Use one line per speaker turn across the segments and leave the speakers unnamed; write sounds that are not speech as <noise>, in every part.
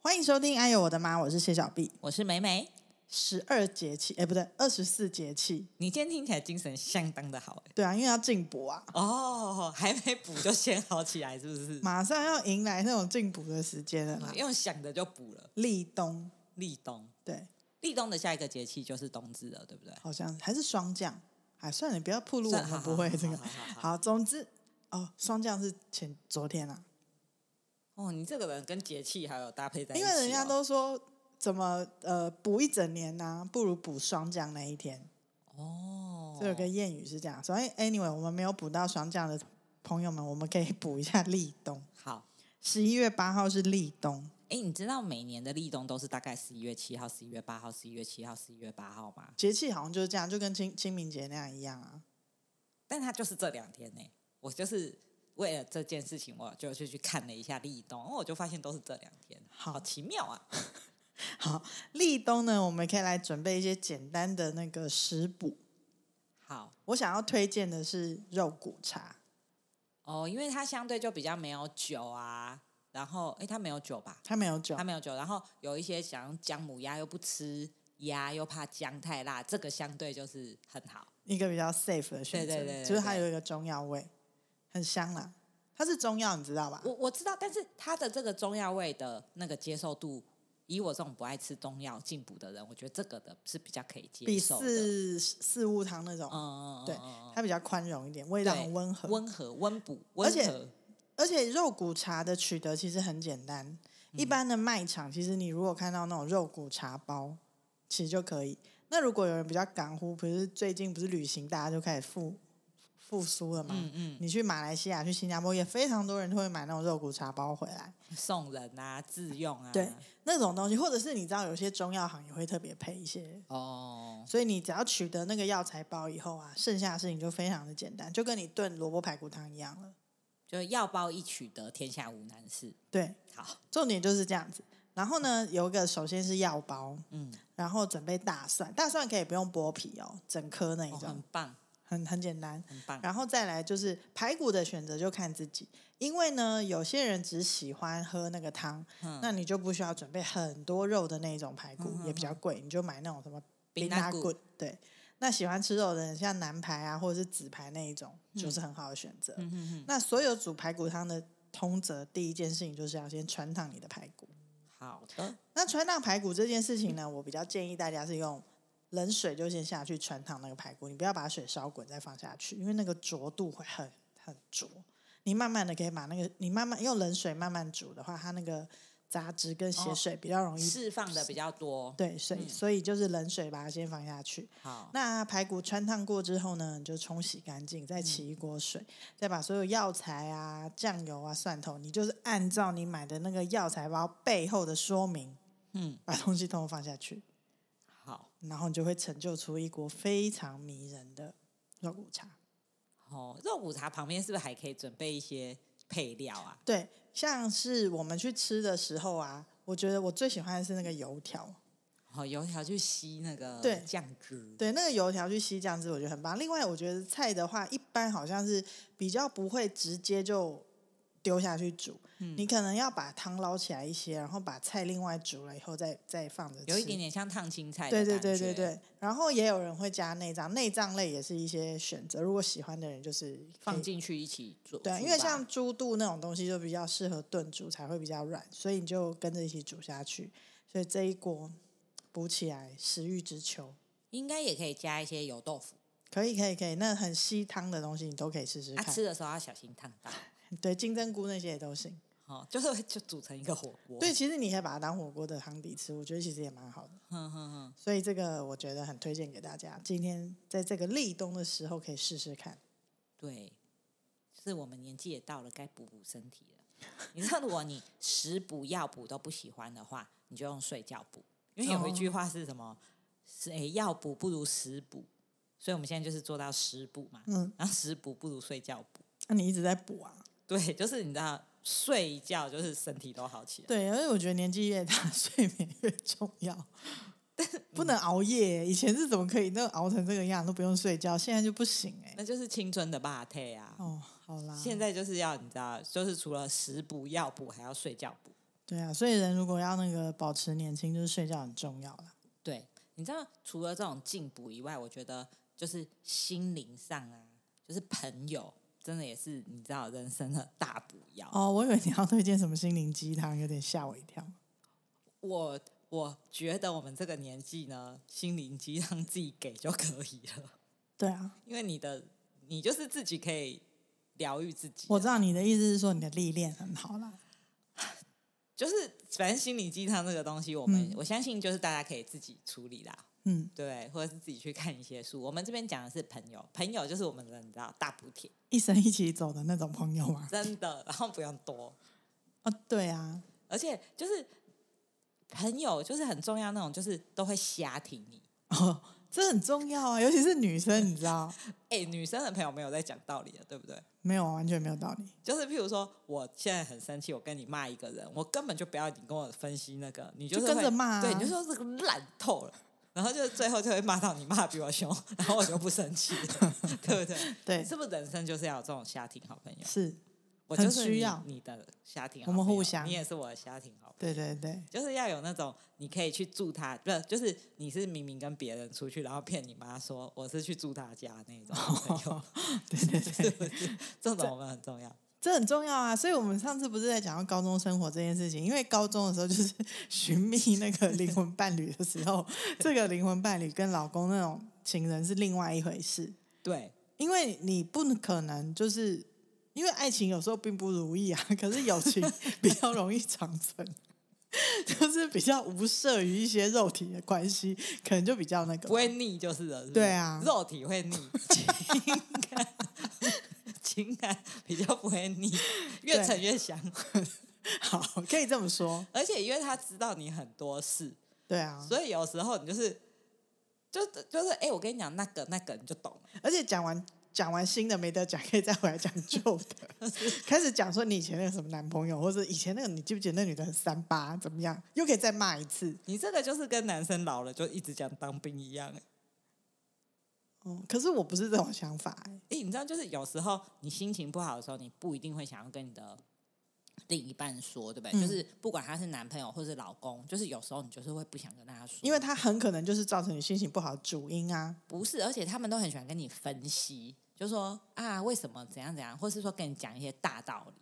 欢迎收听《哎呦我的妈》，我是谢小碧。
我是美美。
十二节气，哎，不对，二十四节气。
你今天听起来精神相当的好哎、
对啊，因为要进补啊，
哦，还没补就先好起来，是
<laughs>
不是？
马上要迎来那种进补的时间了啦。
用想的就补了。
立冬，
立冬，
对，
立冬的下一个节气就是冬至了，对不对？
好像还是霜降。哎，算了，你不要暴露我
算
们
好
不会
好
这个。
好好
<laughs>
好
好，总之，哦，霜降是前昨天啊，
哦，你这个人跟节气还有搭配在一起
因
哦、
为人家都说怎么呃补一整年呐、不如补霜降那一天。
哦，
这有个谚语是这样，所以 anyway，我们没有补到霜降的朋友们，我们可以补一下立冬。
好。
十一月八号是立冬，
哎，你知道每年的立冬都是大概十一月七号、十一月八号、十一月七号、十一月八号吗？
节气好像就是这样，就跟清清明节那样一样啊。
但它就是这两天呢、我就是为了这件事情，我就去去看了一下立冬，哦我就发现都是这两天，
好
好奇妙啊！
好，立冬呢，我们可以来准备一些简单的那个食补。
好
我想要推荐的是肉骨茶，
哦，因为它相对就比较没有酒啊，然后哎，它没有酒吧？
它没有酒
它，没有酒，然后有一些想要姜母鸭又不吃鸭，又怕姜太辣，这个相对就是很好。
一个比较 safe 的选择，
对对对对
就是它
对
有一个中药味，很香啦。它是中药，你知道吧？
我我知道，但是它的这个中药味的那个接受度，以我这种不爱吃中药进补的人，我觉得这个的是比较可以接
比
受的。
四四物汤那种，
嗯，嗯嗯
对
嗯嗯
它比较宽容一点，味
对
道很温和。
温和、温补、
而
温
且
和。
而且肉骨茶的取得其实很简单，一般的卖场其实你如果看到那种肉骨茶包，其实就可以。那如果有人比较港呼，不是最近不是旅行大家就开始复复苏了嘛？
嗯嗯，
你去马来西亚、去新加坡也非常多人会买那种肉骨茶包回来，
送人啊，自用啊，
对那种东西，或者是你知道有些中药行也会特别配一些，
哦，
所以你只要取得那个药材包以后啊，剩下的事情就非常的简单，就跟你炖萝卜排骨汤一样了。
就是药包一取得，天下无难事。
对，
好，
重点就是这样子。然后呢，有一个首先是药包，
嗯，
然后准备大蒜，大蒜可以不用剥皮哦，整颗那一
哦
种，
很棒，
很很简单。
很棒。
然后再来就是排骨的选择就看自己，因为呢，有些人只喜欢喝那个汤，
嗯
那你就不需要准备很多肉的那一种排骨，也比较贵，你就买那种什么
嗯冰
拉
拉
骨。
骨
对，那喜欢吃肉的人，像南排啊或者是紫排那一种，就是很好的选择。
嗯哼哼，
那所有煮排骨汤的通则，第一件事情就是要先穿烫你的排骨。
好的，
那穿烫排骨这件事情呢，我比较建议大家是用冷水就先下去穿烫那个排骨，你不要把水烧滚再放下去，因为那个浊度会很很浊。你慢慢的可以把那个，你慢慢用冷水慢慢煮的话，它那个杂质跟血
哦
水比较容易、
释放的比较多。
对，所以、
嗯
所以就是冷水把它先放下去。
好，
那排骨穿烫过之后呢，你就冲洗干净，再起
嗯
一锅水，再把所有药材啊、酱油啊、蒜头，你就是按照你买的那个药材包背后的说明，
嗯，
把东西通通放下去，
好，
然后你就会成就出一锅非常迷人的肉骨茶。
哦，肉骨茶旁边是不是还可以准备一些配料啊？
对，像是我们去吃的时候啊，我觉得我最喜欢的是那个油条，
哦，油条去吸那个
对
酱汁。
对，那个油条去西酱汁，我觉得很棒。另外，我觉得菜的话，一般好像是比较不会直接就丢下去煮，
嗯
你可能要把汤捞起来一些，然后把菜另外煮了以后再再放着吃。
有一点点像烫青菜
对
的
对
感觉，
对对对，然后也有人会加内脏，内脏类也是一些选择。如果喜欢的人就是可以
放进去一起做。
对，啊
煮
因为
吧
像猪肚那种东西就比较适合炖煮，才会比较软，所以你就跟着一起煮下去。所以这一锅补起来，食欲之秋。
应该也可以加一些油豆腐，
可以可以可以，那很吸汤的东西你都可以试试
啊，
看。
吃的时候要小心烫到。
对，金针菇那些也都行。
哦，就是会就煮成一个火锅。
对，，其实你可以把它当火锅的汤底吃，我觉得其实也蛮好的。
哼哼哼，
所以这个我觉得很推荐给大家，今天在这个立冬的时候可以试试看。
对，是我们年纪也到了，该补补身体了。你知道，如果你食补药补都不喜欢的话，你就用睡觉补，因为有一句话是什么？是诶，药补不如食补，所以我们现在就是做到食补嘛，
嗯，
然后食补不如睡觉补。
那、你一直在补啊？
对，就是你知道，睡一觉就是身体都好起来。
对，而且我觉得年纪越大，睡眠越重
<laughs>
要，不能熬夜。以前是怎么可以那熬成这个样都不用睡觉，现在就不行哎、
那就是青春的霸退啊！
哦，好啦，
现在就是要你知道，就是除了食补、药补，还要睡觉补。
对啊，所以人如果要那个保持年轻，就是睡觉很重要啦。
对，你知道，除了这种进补以外，我觉得就是心灵上啊，就是朋友，真的也是你知道人生的大补药。
哦，我以为你要推荐什么心灵鸡汤，有点吓我一跳。
我我觉得我们这个年纪呢，心灵鸡汤自己给就可以了，
对啊，
因为你的你就是自己可以疗愈自己。啊
我知道你的意思是说你的历练很好啦。
就是反正心理鸡汤这个东西，我们、
嗯
我相信就是大家可以自己处理啦，
嗯，
对，或者是自己去看一些书。我们这边讲的是朋友，朋友就是我们的你知道大补贴，
一生一起走的那种朋友嘛。
真的，然后不用多，
哦，对啊，
而且就是朋友就是很重要那种，就是都会瞎听你。
哦，这很重要啊，尤其是女生，你知道？
哎、女生的朋友没有在讲道理的，对不对？
没有啊，完全没有道理。
就是譬如说，我现在很生气，我跟你骂一个人，我根本就不要你跟我分析那个，你就是
就跟
会
着骂啊
对，你就说这个烂透了。然后就最后就会骂到你骂得比我凶，然后我就不生气了，对不对？
<laughs> 对，
是不是人生就是要有这种家庭好朋友？
是，
我
很
就是
需
你
要
你的家庭好
我
朋友，
们互相
你也是我的家庭好朋友。
对对对，
就是要有那种你可以去住他，不是就是你是明明跟别人出去，然后骗你妈说我是去住他家那种朋友，
哦对对
<laughs> 是
对，
不是？这种我们很重要。
这很重要啊。所以我们上次不是在讲到高中生活这件事情，因为高中的时候就是寻觅那个灵魂伴侣的时候，这个灵魂伴侣跟老公那种情人是另外一回事。
对，
因为你不可能就是因为爱情有时候并不如意啊， <laughs> 可是友
<laughs>
情比较容易长存，就是比较无涉于一些肉体的关系，可能就比较那个
不会腻就是了。是不是
啊对啊
肉体会
<laughs>
腻，情感 <laughs> 情感比较不会腻，越
对
沉越香。
好，可以这么说，
而且因为他知道你很多事，
对啊。
所以有时候你就是。就就是哎、我跟你讲那个那个你就懂了，
而且讲完讲完新的没得讲，可以再回来讲旧
<laughs>
的，开始讲说你以前那个什么男朋友，或者以前那个你记不记得那女的很三八怎么样，又可以再骂一次。
你这个就是跟男生老了就一直讲当兵一样、哎
哦，可是我不是这种想法、欸，
诶，你知道，就是有时候你心情不好的时候，你不一定会想要跟你的另一半说，对不
嗯
对？就是不管他是男朋友或是老公，就是有时候你就是会不想跟他说，
因为他很可能就是造成你心情不好的主因啊。
不是，而且他们都很喜欢跟你分析，就说啊，为什么怎样怎样，或是说跟你讲一些大道理。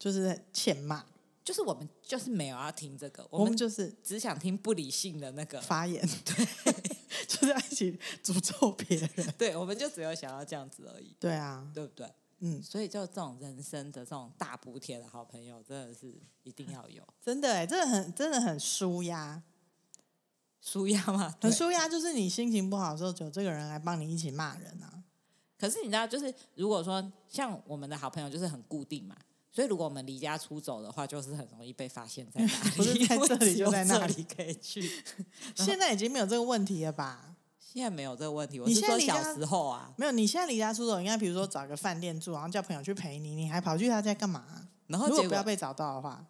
就是欠骂，
就是我们就是没有要听这个，
我
我
们呃
们
就是
只想听不理性的那个。 <laughs>
发言，对， <laughs> 就是要一起诅咒别人，
对，我们就只有想要这样子而已，
<laughs> 对啊，
对不对？
嗯，
所以就这种人生的这种大补贴的好朋友，真的是一定要有。
真的哎，真的很真的很舒压，
舒压嘛，对
很舒压，就是你心情不好的时候，有这个人来帮你一起骂人啊，
可是你知道，就是如果说像我们的好朋友就是很固定嘛，所以如果我们离家出走的话，就是很容易被发现在哪里，
<laughs> 不是在这里
因为只有
就在那里
这里可以去。
现在已经没有这个问题了吧？
现在没有这个问题，我
你
是
现在
说
离家
小时候啊，
没有，你现在离家出走，应该比如说找个饭店住，然啊后叫朋友去陪你，你还跑去他家干嘛、啊
然后
如果
结
不要
果
被找到的话，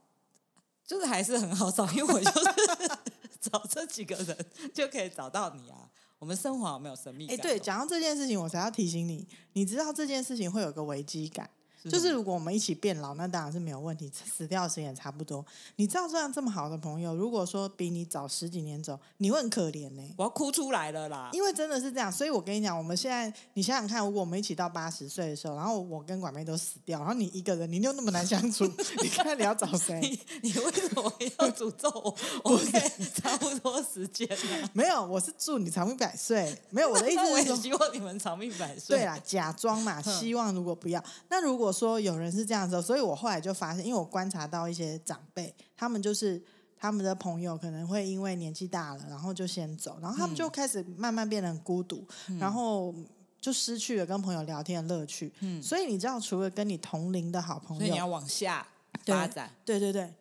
就是还是很好找，因为我就是找这几个人就可以找到你啊。我们生活有没有神秘
哎，
感？
对，讲到这件事情，我才要提醒你，你知道这件事情会有个危机感。就
什
是
么
如果我们一起变老，那当然是没有问题，死掉的时间也差不多。你知道这样这么好的朋友，如果说比你早十几年走，你会很可怜呢、
我要哭出来了啦！
因为真的是这样，所以我跟你讲，我们现在你想想看，如果我们一起到八十岁的时候，然后我跟管妹都死掉，然后你一个人，你又那么难相处，你看你要找谁？
<laughs> 你为什么要诅咒
<laughs>
我？我可以差不多时间了。
没有，我是祝你长命百岁。没 <laughs> 有，我的意
那我
思是说，
也希望你们长命百岁。
对啦，啊假装嘛，
<laughs>
希望如果不要，那如果说有人是这样子的，所以我后来就发现，因为我观察到一些长辈，他们就是他们的朋友可能会因为年纪大了，然后就先走，然后他们
嗯
就开始慢慢变得很孤独，然后就失去了跟朋友聊天的乐趣。
嗯
所以你知道，除了跟你同龄的好朋
所以你要
友，
往下
对
发展。
对对对。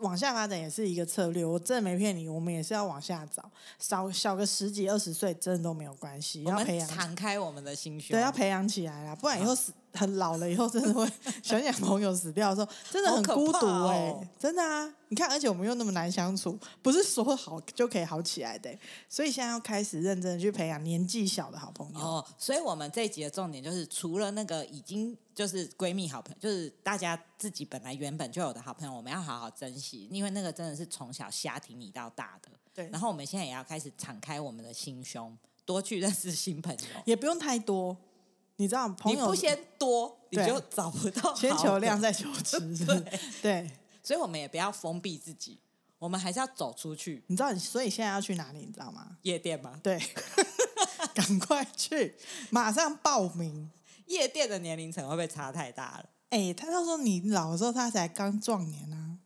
往下发展也是一个策略，我真的没骗你，我们也是要往下找，少小个十几二十岁真的都没有关系，
我
要培
们
养
敞开我们的心胸，啊
对，要培养起来啦，不然以后死 <laughs> 很老了以后，真的会 <laughs> 想想朋友死掉的时候，真的很
好可
孤
怕
独哎、
哦
真的啊！你看，而且我们又那么难相处， <laughs> 不是说好就可以好起来的欸、所以现在要开始认真的去培养年纪小的好朋友。
哦，所以我们这一集的重点就是，除了那个已经就是闺蜜好朋友，就是大家自己本来原本就有的好朋友，我们要好好珍惜，因为那个真的是从小瞎挺你到大的。
对
然，后我们现在也要开始敞开我们的心胸，多去认识新朋友。
也不用太多，你知道， <laughs> 朋
你
友
不先多，你
对
就找不到
先
好
求
的
量再求质，是
<laughs>
不是对。
所以我们也不要封闭自己，我们还是要走出去
你知道你，所以现在要去哪里？你知道吗？
夜店吗？
对， <laughs> 赶快去，马上报名。
夜店的年龄层会不会差太大了？
哎、他到时候你老的时候，他才刚壮年啊，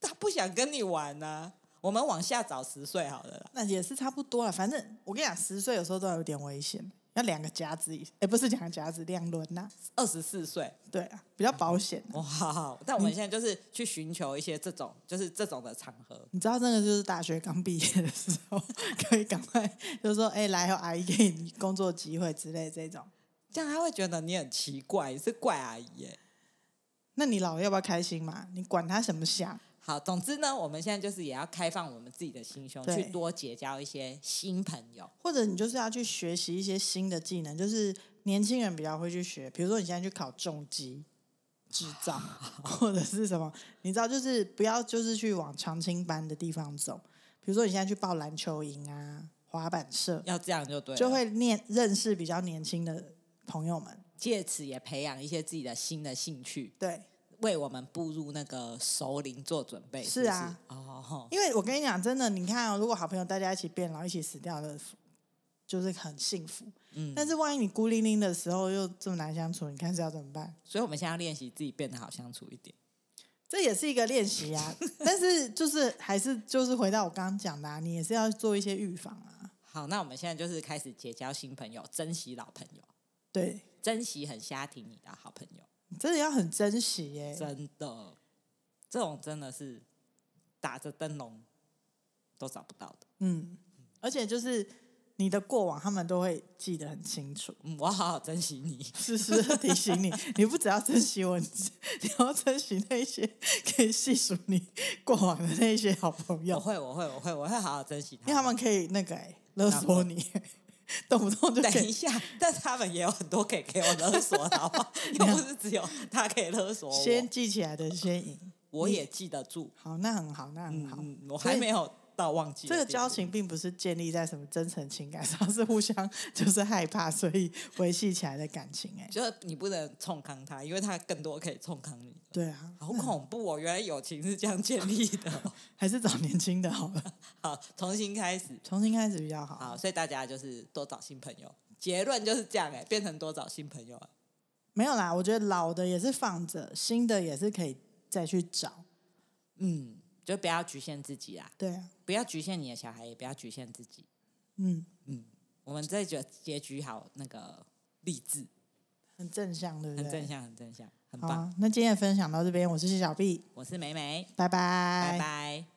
他不想跟你玩呢、我们往下找十岁好了啦。
那也是差不多了。反正我跟你讲，十岁有时候都有点危险，要两个夹子以，哎、不是两个夹子，两轮呐。
二十四岁，
对啊，比较保险、啊。
哇！好但我
嗯
们现在就是去寻求一些这种，就是这种的场合。
你知道那个就是大学刚毕业的时候，可以赶快就是说，哎、来有阿姨给你工作机会之类这种。
这样他会觉得你很奇怪，你是怪阿姨耶。
那你老了要不要开心嘛？你管他什么想？
好，总之呢，我们现在就是也要开放我们自己的心胸，
对
去多结交一些新朋友。
或者你就是要去学习一些新的技能，就是年轻人比较会去学，比如说你现在去考重机制造，或者是什么，你知道，就是不要就是去往常青班的地方走，比如说你现在去报篮球营啊、滑板社，
要这样就对了，啊
就会念认识比较年轻的朋友们。
借此也培养一些自己的新的兴趣，
对，
为我们步入那个熟龄做准备。
是
是不
啊，
哦，
因为我跟你讲，真的，你看哦、如果好朋友大家一起变老、一起死掉的，就是很幸福。
嗯，
但是万一你孤零零的时候又这么难相处，你看是要怎么办？
所以我们现在要练习自己变得好相处一点。
这也是一个练习
<laughs>
啊，但是就是还是就是回到我刚刚讲的、啊，你也是要做一些预防啊。
好，那我们现在就是开始结交新朋友，珍惜老朋友，
对，
珍惜很瞎挺你的好朋友。
你真的要很珍惜耶、
真的，这种真的是打着灯笼都找不到的。
嗯，而且就是你的过往，他们都会记得很清楚，
嗯，我要好好珍惜你。
时时地提醒
<laughs>
你。你不只要珍惜我，你 <laughs> 你要珍惜那些可以细数你过往的那些好朋
我
友，
会，我会，我会，我会好好珍惜他
因为他们可以那个、欸、勒索你， <laughs> 动不动就可
等
以
一下，但他们也有很多可以给我勒索的，
<laughs>
好不好？又不是只有他可以勒索我，
先记起来的先赢。
我也记得住。
好，那很好，那很好。
嗯，我
所以
还没有到忘记
这
的
个
地
交
步
情并不是建立在什么真诚情感上， <laughs> 是互相就是害怕，所以维系起来的感情、哎，
就是你不能冲康他，因为他更多可以冲康你。
对啊，
好恐怖哦！原来友情是这样建立的哦。
还是找年轻的好了，
好，重新开始。
重新开始比较好。
好，所以大家就是多找新朋友。结论就是这样哎、变成多找新朋友、啊。
没有啦，我觉得老的也是放着，新的也是可以再去找。
嗯，就不要局限自己啦，
对啊，
不要局限你的小孩，也不要局限自己。
嗯，
我们这个结局好那个励志，
很正向，对不对？
很正向，很正向，很
好
棒。
啊，那今天的分享到这边，我是谢小碧，
我是美美，
拜拜
拜拜